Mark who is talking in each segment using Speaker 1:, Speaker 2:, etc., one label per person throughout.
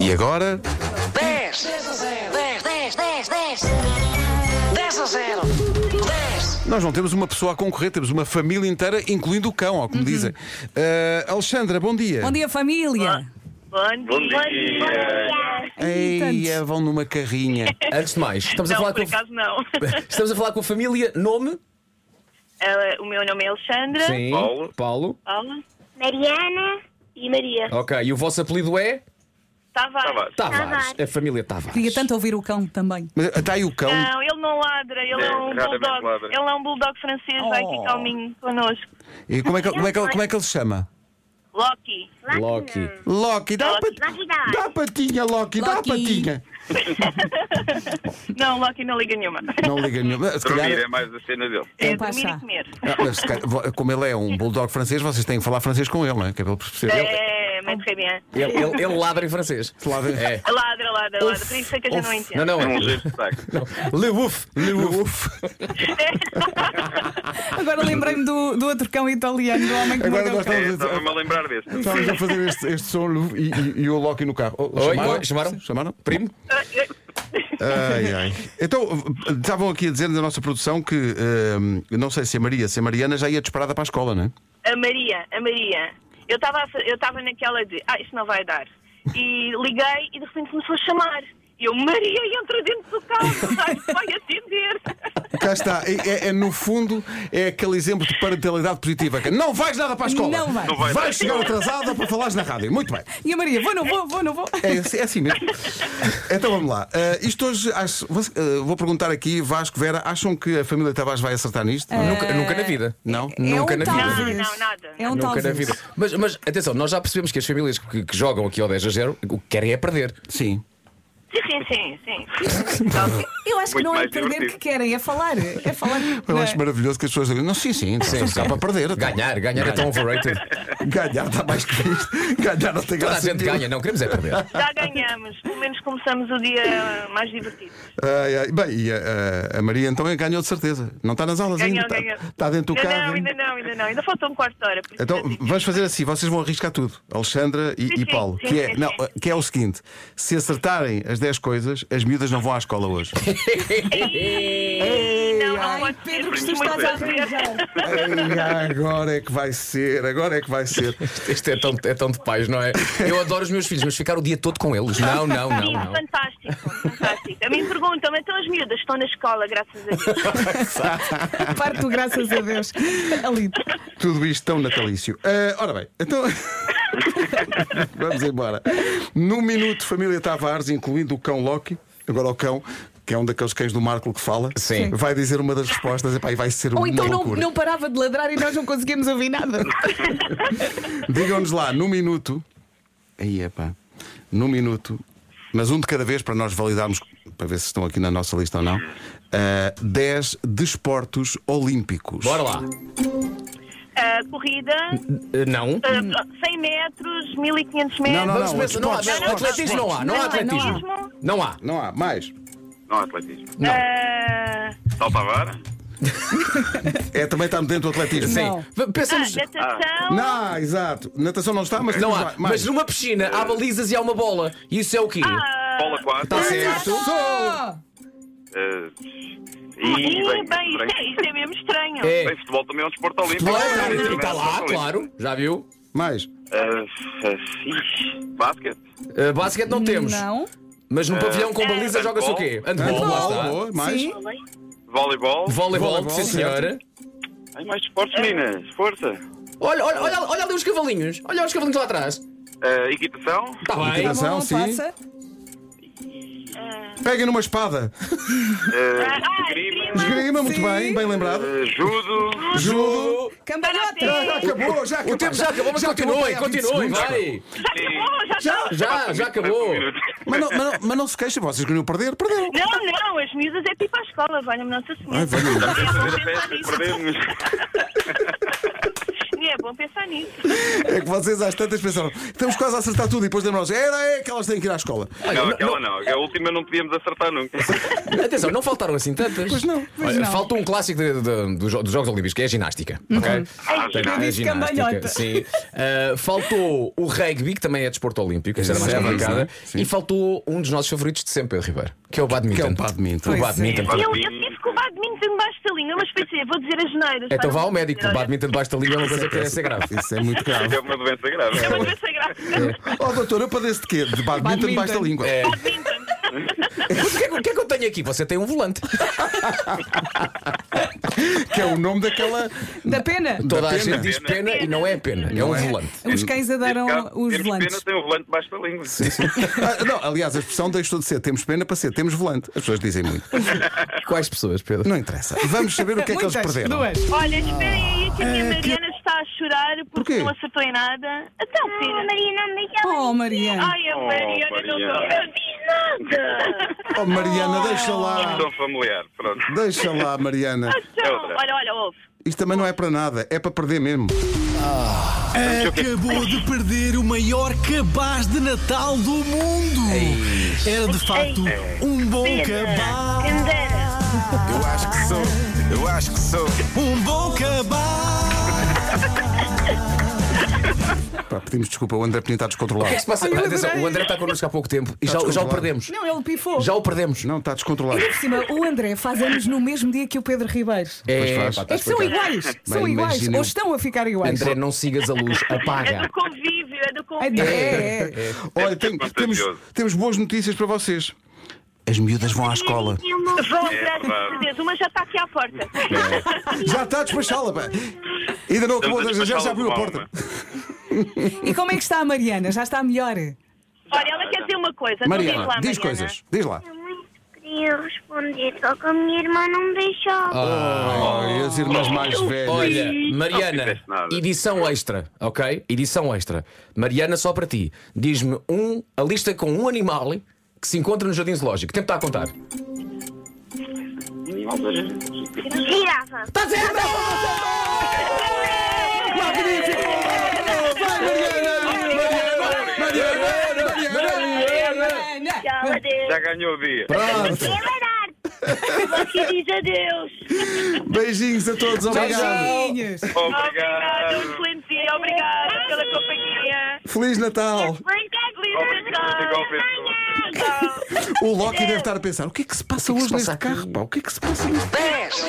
Speaker 1: E agora?
Speaker 2: 10, 10, 10, 10, 10, 10 a 0, 10,
Speaker 1: Nós não temos uma pessoa a concorrer, temos uma família inteira, incluindo o cão, ó, como dizem. Ah, Alexandra, bom dia.
Speaker 3: Uhum. Bom dia, família!
Speaker 4: Bom, dia.
Speaker 1: Eia, vão numa carrinha.
Speaker 5: Antes de mais, estamos, a
Speaker 4: Não,
Speaker 5: falar
Speaker 4: por
Speaker 5: com...
Speaker 4: acaso não.
Speaker 5: estamos a falar com a família, nome?
Speaker 4: Eh, o meu nome é Alexandra.
Speaker 5: Paulo. Paulo.
Speaker 4: Paula.
Speaker 6: Mariana e Maria.
Speaker 5: Ok, e o vosso apelido é?
Speaker 4: Tavares.
Speaker 5: Tavares.
Speaker 6: Tavares.
Speaker 5: A família Tavares.
Speaker 3: Queria tanto ouvir o cão também.
Speaker 1: Mas está aí o cão.
Speaker 4: Não, ele não ladra, ele é,
Speaker 7: É,
Speaker 4: um
Speaker 7: raramente
Speaker 4: bulldog.
Speaker 7: ladra.
Speaker 4: Ele é um bulldog francês, vai
Speaker 5: Oh.
Speaker 4: aqui calminho connosco.
Speaker 1: E como é que, como é que, ele- como é que ele se chama?
Speaker 4: Loki.
Speaker 5: Loki.
Speaker 1: Loki, dá, a
Speaker 4: Loki.
Speaker 1: pat- dá a patinha, Loki, dá a
Speaker 3: Loki.
Speaker 1: patinha.
Speaker 4: Não, Loki não liga nenhuma.
Speaker 1: Não liga nenhuma. Se calhar,
Speaker 7: Dormir é mais a cena dele.
Speaker 4: É
Speaker 3: Tem para
Speaker 4: dormir
Speaker 3: achar.
Speaker 4: e comer.
Speaker 1: Ah, mas se calhar- vo- como ele é um bulldog francês, vocês têm que falar francês com ele, não é? Que é para ele perceber.
Speaker 4: É, mas très bien.
Speaker 5: Ele, ele, ele ladra em francês.
Speaker 1: Ladra.
Speaker 5: É.
Speaker 4: Ladra, ladra, ladra. Por isso é que eu já não
Speaker 5: Não,
Speaker 4: entendo.
Speaker 5: não,
Speaker 7: É
Speaker 5: é.
Speaker 7: um jeito de saco.
Speaker 5: Não. Le ouf, le ouf.
Speaker 3: Agora lembrei-me do, do outro cão italiano, do homem que
Speaker 1: Agora
Speaker 3: mordeu
Speaker 1: nós
Speaker 3: o cão.
Speaker 1: estamos a dizer- Então-
Speaker 7: É, Estava-me a lembrar deste.
Speaker 1: Estávamos a fazer este, este som Lu, e, e- e o Loki no carro. Oh,
Speaker 5: Oi, oi, chamaram?
Speaker 1: Chamaram?
Speaker 5: Primo?
Speaker 1: Ai, ai. Então, estavam aqui a dizer da nossa produção que, hum, eu não sei se a Maria, se a Mariana já ia disparada para a escola, não é?
Speaker 4: A Maria, a Maria. Eu estava a fa- eu estava naquela de, ah, isto não vai dar. E liguei e de repente começou a chamar. E eu, Maria, entra dentro do carro, vai, vai atender.
Speaker 1: Cá está. É, é- é, no fundo, é aquele exemplo de parentalidade positiva. Que não vais nada para a escola.
Speaker 3: Não vais. Não
Speaker 7: vais.
Speaker 1: Vais chegar atrasada para falares na rádio. Muito bem.
Speaker 3: E a Maria, vou, não vou, vou, não vou.
Speaker 1: É, assim- é assim mesmo. Então vamos lá. Ah, isto hoje, acho- você- ah, vou perguntar aqui, Vasco, Vera, acham que a família Tavares vai acertar nisto?
Speaker 3: Eh.
Speaker 5: Nunca, nunca na vida.
Speaker 1: Eh, Não?
Speaker 3: É
Speaker 5: Nunca
Speaker 3: um
Speaker 5: na vida.
Speaker 3: talvez.
Speaker 4: Não, não, nada.
Speaker 3: É um
Speaker 5: Nunca
Speaker 3: talvez.
Speaker 5: na vida. Mas, mas atenção, nós já percebemos que as famílias que, que jogam aqui ao 10 a 0 o que querem é perder.
Speaker 1: Sim.
Speaker 4: Sim, sim, sim, sim. Então,
Speaker 3: Eu acho que
Speaker 7: Muito
Speaker 3: não é
Speaker 7: mais
Speaker 3: perder que
Speaker 7: divertido.
Speaker 3: querem, é falar. É falar.
Speaker 1: Eu
Speaker 3: não é?
Speaker 1: acho maravilhoso que as pessoas digam, não, sim, sim, então,
Speaker 5: Sim,
Speaker 1: está
Speaker 5: sim.
Speaker 1: para perder. então.
Speaker 5: Ganhar, ganhar é tão overrated.
Speaker 1: Ganhar está mais que isto. Ganhar não tem
Speaker 5: Toda a
Speaker 1: graça.
Speaker 5: gente
Speaker 1: nenhuma.
Speaker 5: ganha, não queremos é perder.
Speaker 4: já ganhamos. Pelo menos começamos o dia eh, mais divertido.
Speaker 1: Ai, ai. Bem, e a, a- a Maria então ganhou de certeza. Não está nas aulas
Speaker 4: Ganhou,
Speaker 1: ainda. está-
Speaker 4: ganhou.
Speaker 1: Está, dentro do
Speaker 4: ainda
Speaker 1: carro.
Speaker 4: Não, ainda não, ainda não. Ainda faltou um quarto de hora. por isso
Speaker 1: Então
Speaker 4: eu
Speaker 5: hum.
Speaker 4: digo.
Speaker 1: vamos fazer assim, vocês vão arriscar tudo, Alexandra e,
Speaker 4: Sim,
Speaker 1: e
Speaker 4: sim,
Speaker 1: Paulo.
Speaker 4: sim,
Speaker 1: que, é,
Speaker 4: sim,
Speaker 1: não,
Speaker 4: sim.
Speaker 1: que é o seguinte: se acertarem as 10 coisas, as miúdas não vão à escola hoje.
Speaker 4: não, não
Speaker 3: Ai,
Speaker 4: pode
Speaker 3: Pedro,
Speaker 4: ser,
Speaker 3: que tu
Speaker 4: muito
Speaker 3: estás a
Speaker 4: prazer.
Speaker 3: arranjar.
Speaker 1: Ai, agora é que vai ser, agora é que vai ser.
Speaker 5: Isto é tão, é tão de paz, não é? Eu adoro os meus filhos, mas ficar o dia todo com eles. Não, não, não,
Speaker 4: Sim,
Speaker 5: não.
Speaker 4: fantástico, fantástico. A mim perguntam-me, então as miúdas estão na escola, graças a Deus.
Speaker 3: Parto, graças a Deus. Ali.
Speaker 1: Tudo isto tão natalício. Ah, ora bem, então. Vamos embora. Num minuto, família Tavares, incluindo o cão Loki, agora o cão, que é um daqueles cães do Marco que fala,
Speaker 5: Sim.
Speaker 1: vai dizer uma das respostas epá, e vai ser
Speaker 3: Ou
Speaker 1: uma
Speaker 3: então não,
Speaker 1: loucura.
Speaker 3: não parava de ladrar e nós não conseguimos ouvir nada.
Speaker 1: Digam-nos lá, num minuto. Aí é pá. Num minuto, mas um de cada vez para nós validarmos, para ver se estão aqui na nossa lista ou não, ah, 10 desportos olímpicos.
Speaker 5: Bora lá.
Speaker 4: Ah, corrida,
Speaker 5: Eh, Não.
Speaker 4: ah, 100 metros, 1500 metros.
Speaker 1: Não, não,
Speaker 5: Vamos
Speaker 1: não,
Speaker 5: pensar, não há,
Speaker 1: esportes,
Speaker 5: não, atletismo não há, não há
Speaker 3: Não há, não há.
Speaker 5: atletismo. Não há.
Speaker 1: Não há, mais.
Speaker 7: Não há atletismo.
Speaker 4: Ah,
Speaker 7: Salta a vara.
Speaker 1: É, também está dentro do atletismo.
Speaker 3: Não.
Speaker 5: Sim. V-
Speaker 4: ah,
Speaker 5: Pensamos.
Speaker 4: natação.
Speaker 1: Não, exato. Natação não está, mas
Speaker 5: Não
Speaker 1: temos
Speaker 5: há.
Speaker 1: mais.
Speaker 5: Mas numa piscina há balizas e há uma bola. Isso é o quê?
Speaker 4: Ah,
Speaker 7: Bola 4.
Speaker 1: Então
Speaker 5: Está Tá certo.
Speaker 3: Oh,
Speaker 7: eh, E
Speaker 4: ih,
Speaker 7: bem,
Speaker 4: bem, isto é,
Speaker 7: bem.
Speaker 4: isto é mesmo estranho.
Speaker 5: É.
Speaker 7: Bem, futebol também é um desporto olímpico.
Speaker 5: Claro,
Speaker 7: Também é um
Speaker 5: está lá,
Speaker 7: desporto
Speaker 5: claro. Já viu?
Speaker 1: Mais.
Speaker 7: olímpico. Ah, ah, Eh, Basquete.
Speaker 5: Eh, Basquete não temos.
Speaker 3: Não. Tá
Speaker 5: Mas no pavilhão com
Speaker 4: Eh,
Speaker 5: baliza joga-se o quê? Handball, lá está.
Speaker 1: boa, mais.
Speaker 3: Sim.
Speaker 5: Voleibol,
Speaker 7: Voleibol.
Speaker 1: Voleibol,
Speaker 5: sim senhora.
Speaker 7: Ai, mais desportos, meninas. Força.
Speaker 5: Olha, olha, olha, olha ali os cavalinhos. Olha os cavalinhos lá atrás. Tá
Speaker 7: Ah, equitação.
Speaker 5: Está bem.
Speaker 1: Equitação.
Speaker 3: Bom,
Speaker 1: sim.
Speaker 3: passa.
Speaker 1: Peguem numa espada.
Speaker 7: ah,
Speaker 4: Ah,
Speaker 7: Esgrima.
Speaker 4: esgrima.
Speaker 1: Esgrima, muito
Speaker 3: Sim.
Speaker 1: bem, bem lembrado.
Speaker 7: ah, Judo.
Speaker 1: Judo.
Speaker 3: Cambalhota.
Speaker 1: Já acabou, já acabou.
Speaker 5: O tempo já acabou, mas
Speaker 1: acabou,
Speaker 5: continuem,
Speaker 1: já há 20
Speaker 5: continuem,
Speaker 1: segundos.
Speaker 5: vai.
Speaker 4: Oh, já
Speaker 1: Já.
Speaker 4: está.
Speaker 5: Já, já acabou.
Speaker 1: Mas não, mas não- mas não se queixem, vocês queriam perder, perderam.
Speaker 4: Não, não, as miúdas é tipo à escola, valha-me Nossa Senhora. É
Speaker 1: Ai, valha-me.
Speaker 4: Eu vou
Speaker 7: Fazer a
Speaker 4: pensar
Speaker 7: festa,
Speaker 4: nisso.
Speaker 7: perdemos.
Speaker 4: É bom pensar nisso.
Speaker 1: É que vocês às tantas pensaram, estamos quase a acertar tudo e depois lembram-nos, era é que elas têm que ir à escola.
Speaker 7: Não, aquela não. A última não podíamos acertar nunca.
Speaker 5: Atenção, não faltaram assim tantas.
Speaker 1: Pois não,
Speaker 3: pois
Speaker 5: Olha,
Speaker 3: não. Uhum.
Speaker 5: Faltou um clássico de- de- dos jo- dos Jogos Olímpicos, que é a ginástica. ok?
Speaker 7: Ah, já.
Speaker 3: Disse é cambalhota.
Speaker 5: Sim. Ah, faltou o rugby, que também é desporto olímpico, isso era mais
Speaker 1: Sim,
Speaker 5: complicada.
Speaker 1: sim, sim.
Speaker 5: E faltou um dos nossos favoritos de sempre, Pedro Ribeiro, que é o badminton.
Speaker 1: Que é o badminton.
Speaker 5: O
Speaker 3: Pois é.
Speaker 5: badminton.
Speaker 4: Eu, eu tive com o badminton debaixo da língua, mas pensei, vou dizer as neiras.
Speaker 5: Então vá ao médico, o badminton debaixo da liga é uma coisa que deve ser grave.
Speaker 1: Isso é muito grave.
Speaker 7: É uma doença grave.
Speaker 4: É uma doença grave.
Speaker 1: Oh, doutor, eu padeço de quê? De badminton debaixo da língua.
Speaker 5: É.
Speaker 4: Badminton.
Speaker 5: Mas o que, é, que- o que é que eu tenho aqui? Você tem um volante.
Speaker 1: Que é o nome daquela.
Speaker 3: Da pena?
Speaker 5: Toda a
Speaker 1: pena.
Speaker 5: gente diz pena e não é pena, é um volante.
Speaker 3: Os cães adoram
Speaker 7: Neste caso,
Speaker 3: os volantes.
Speaker 7: temos Pena, tem um volante debaixo da língua.
Speaker 1: Ah, não, aliás, a expressão deixou de ser temos pena para ser temos volante. As pessoas dizem muito.
Speaker 5: Quais pessoas, Pedro?
Speaker 1: Não interessa. Vamos saber o que é que eles
Speaker 3: Muitas,
Speaker 1: perderam.
Speaker 3: duas.
Speaker 4: Olha, esperem aí que a minha
Speaker 1: É, que-
Speaker 4: Mariana está a chorar porque
Speaker 1: Porquê?
Speaker 4: não acertou em nada. Até o
Speaker 6: Não,
Speaker 4: fim.
Speaker 6: Maria, não me chama.
Speaker 3: Oh, Mariana.
Speaker 4: Ai, a
Speaker 7: Oh,
Speaker 4: Mariana não
Speaker 7: Mariana.
Speaker 4: não diz nada.
Speaker 1: Oh, Mariana, deixa lá.
Speaker 7: Questão familiar, pronto.
Speaker 1: Deixa lá, Mariana.
Speaker 7: É
Speaker 4: Então,
Speaker 7: outra.
Speaker 4: olha, olha, ouve.
Speaker 1: Isto também não é para nada, é para perder mesmo.
Speaker 8: Acabou de perder o maior cabaz de Natal do mundo. Era de facto um bom cabaz.
Speaker 6: Quem dera.
Speaker 9: Eu acho que sou, eu acho que sou.
Speaker 8: Um bom cabaz.
Speaker 1: Pá, pedimos desculpa, o André Pinho está descontrolado.
Speaker 5: Se passa-
Speaker 3: eu
Speaker 5: Atenção,
Speaker 3: adorei.
Speaker 5: o André está connosco há pouco tempo e já, já o
Speaker 1: descontrolado.
Speaker 5: perdemos.
Speaker 3: Não, ele pifou.
Speaker 5: Já o perdemos.
Speaker 1: Não, está descontrolado.
Speaker 3: Por cima, o André faz anos no mesmo dia que o Pedro Ribeiro.
Speaker 1: Pois
Speaker 5: É,
Speaker 1: faz.
Speaker 5: pá, tá
Speaker 3: É que são
Speaker 5: explicado.
Speaker 3: iguais, são
Speaker 1: Bem,
Speaker 3: iguais,
Speaker 1: imagino.
Speaker 3: ou estão a ficar iguais.
Speaker 5: André, não sigas a luz,
Speaker 1: Ah,
Speaker 4: É
Speaker 5: apaga.
Speaker 4: do convívio, é do
Speaker 3: É, é,
Speaker 4: convívio.
Speaker 3: é.
Speaker 1: Olha,
Speaker 7: Deve ser
Speaker 1: tem- temos,
Speaker 7: contagioso.
Speaker 1: temos boas notícias para vocês. As miúdas vão à escola.
Speaker 4: Vão atrás de
Speaker 7: É verdade. É.
Speaker 4: certeza. Uma já está aqui à porta.
Speaker 1: Já está a despachá-la, pá. Ainda não acabou,
Speaker 7: Estamos a
Speaker 1: já, já
Speaker 7: despachá-la
Speaker 1: abriu a
Speaker 7: com
Speaker 1: porta.
Speaker 7: alma.
Speaker 3: E como é que está a Mariana? Já está melhor?
Speaker 4: Olha, ela quer dizer uma coisa. Então diz lá,
Speaker 1: Mariana, diz
Speaker 4: Mariana.
Speaker 1: coisas, diz lá.
Speaker 6: Eu muito queria responder, só que a minha irmã não me deixou.
Speaker 1: Oh, e as irmãs mais velhas.
Speaker 5: Olha,
Speaker 7: Não
Speaker 5: Mariana,
Speaker 7: fizeste nada.
Speaker 5: edição extra, ok? Edição extra. Mariana, só para ti. Diz-me um, a lista com um animal que se encontra no Jardim Zoológico. Que tempo está a contar?
Speaker 6: Girava.
Speaker 1: Magnífico! Vai, Mariana! Mariana! Mariana!
Speaker 6: Tchau, adeus.
Speaker 7: Já ganhou o dia.
Speaker 1: Pronto.
Speaker 6: É verdade. Você diz adeus.
Speaker 1: Beijinhos a todos, obrigado.
Speaker 3: Beijinhos.
Speaker 4: Obrigada, um
Speaker 7: Obrigado.
Speaker 4: excelente dia. Obrigada pela companhia.
Speaker 1: Feliz Natal!
Speaker 6: Vem cá,
Speaker 4: Feliz Natal. Tchau.
Speaker 1: O Loki deve estar a pensar: o que é que se passa hoje neste carro? Pá? O que é que se passa neste
Speaker 2: 10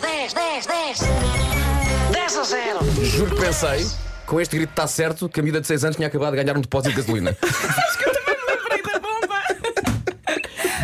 Speaker 2: 10 10 10 10 10 a 0
Speaker 5: Juro que pensei, com este grito está certo, que a miúda de 6 anos tinha acabado de ganhar um depósito de gasolina.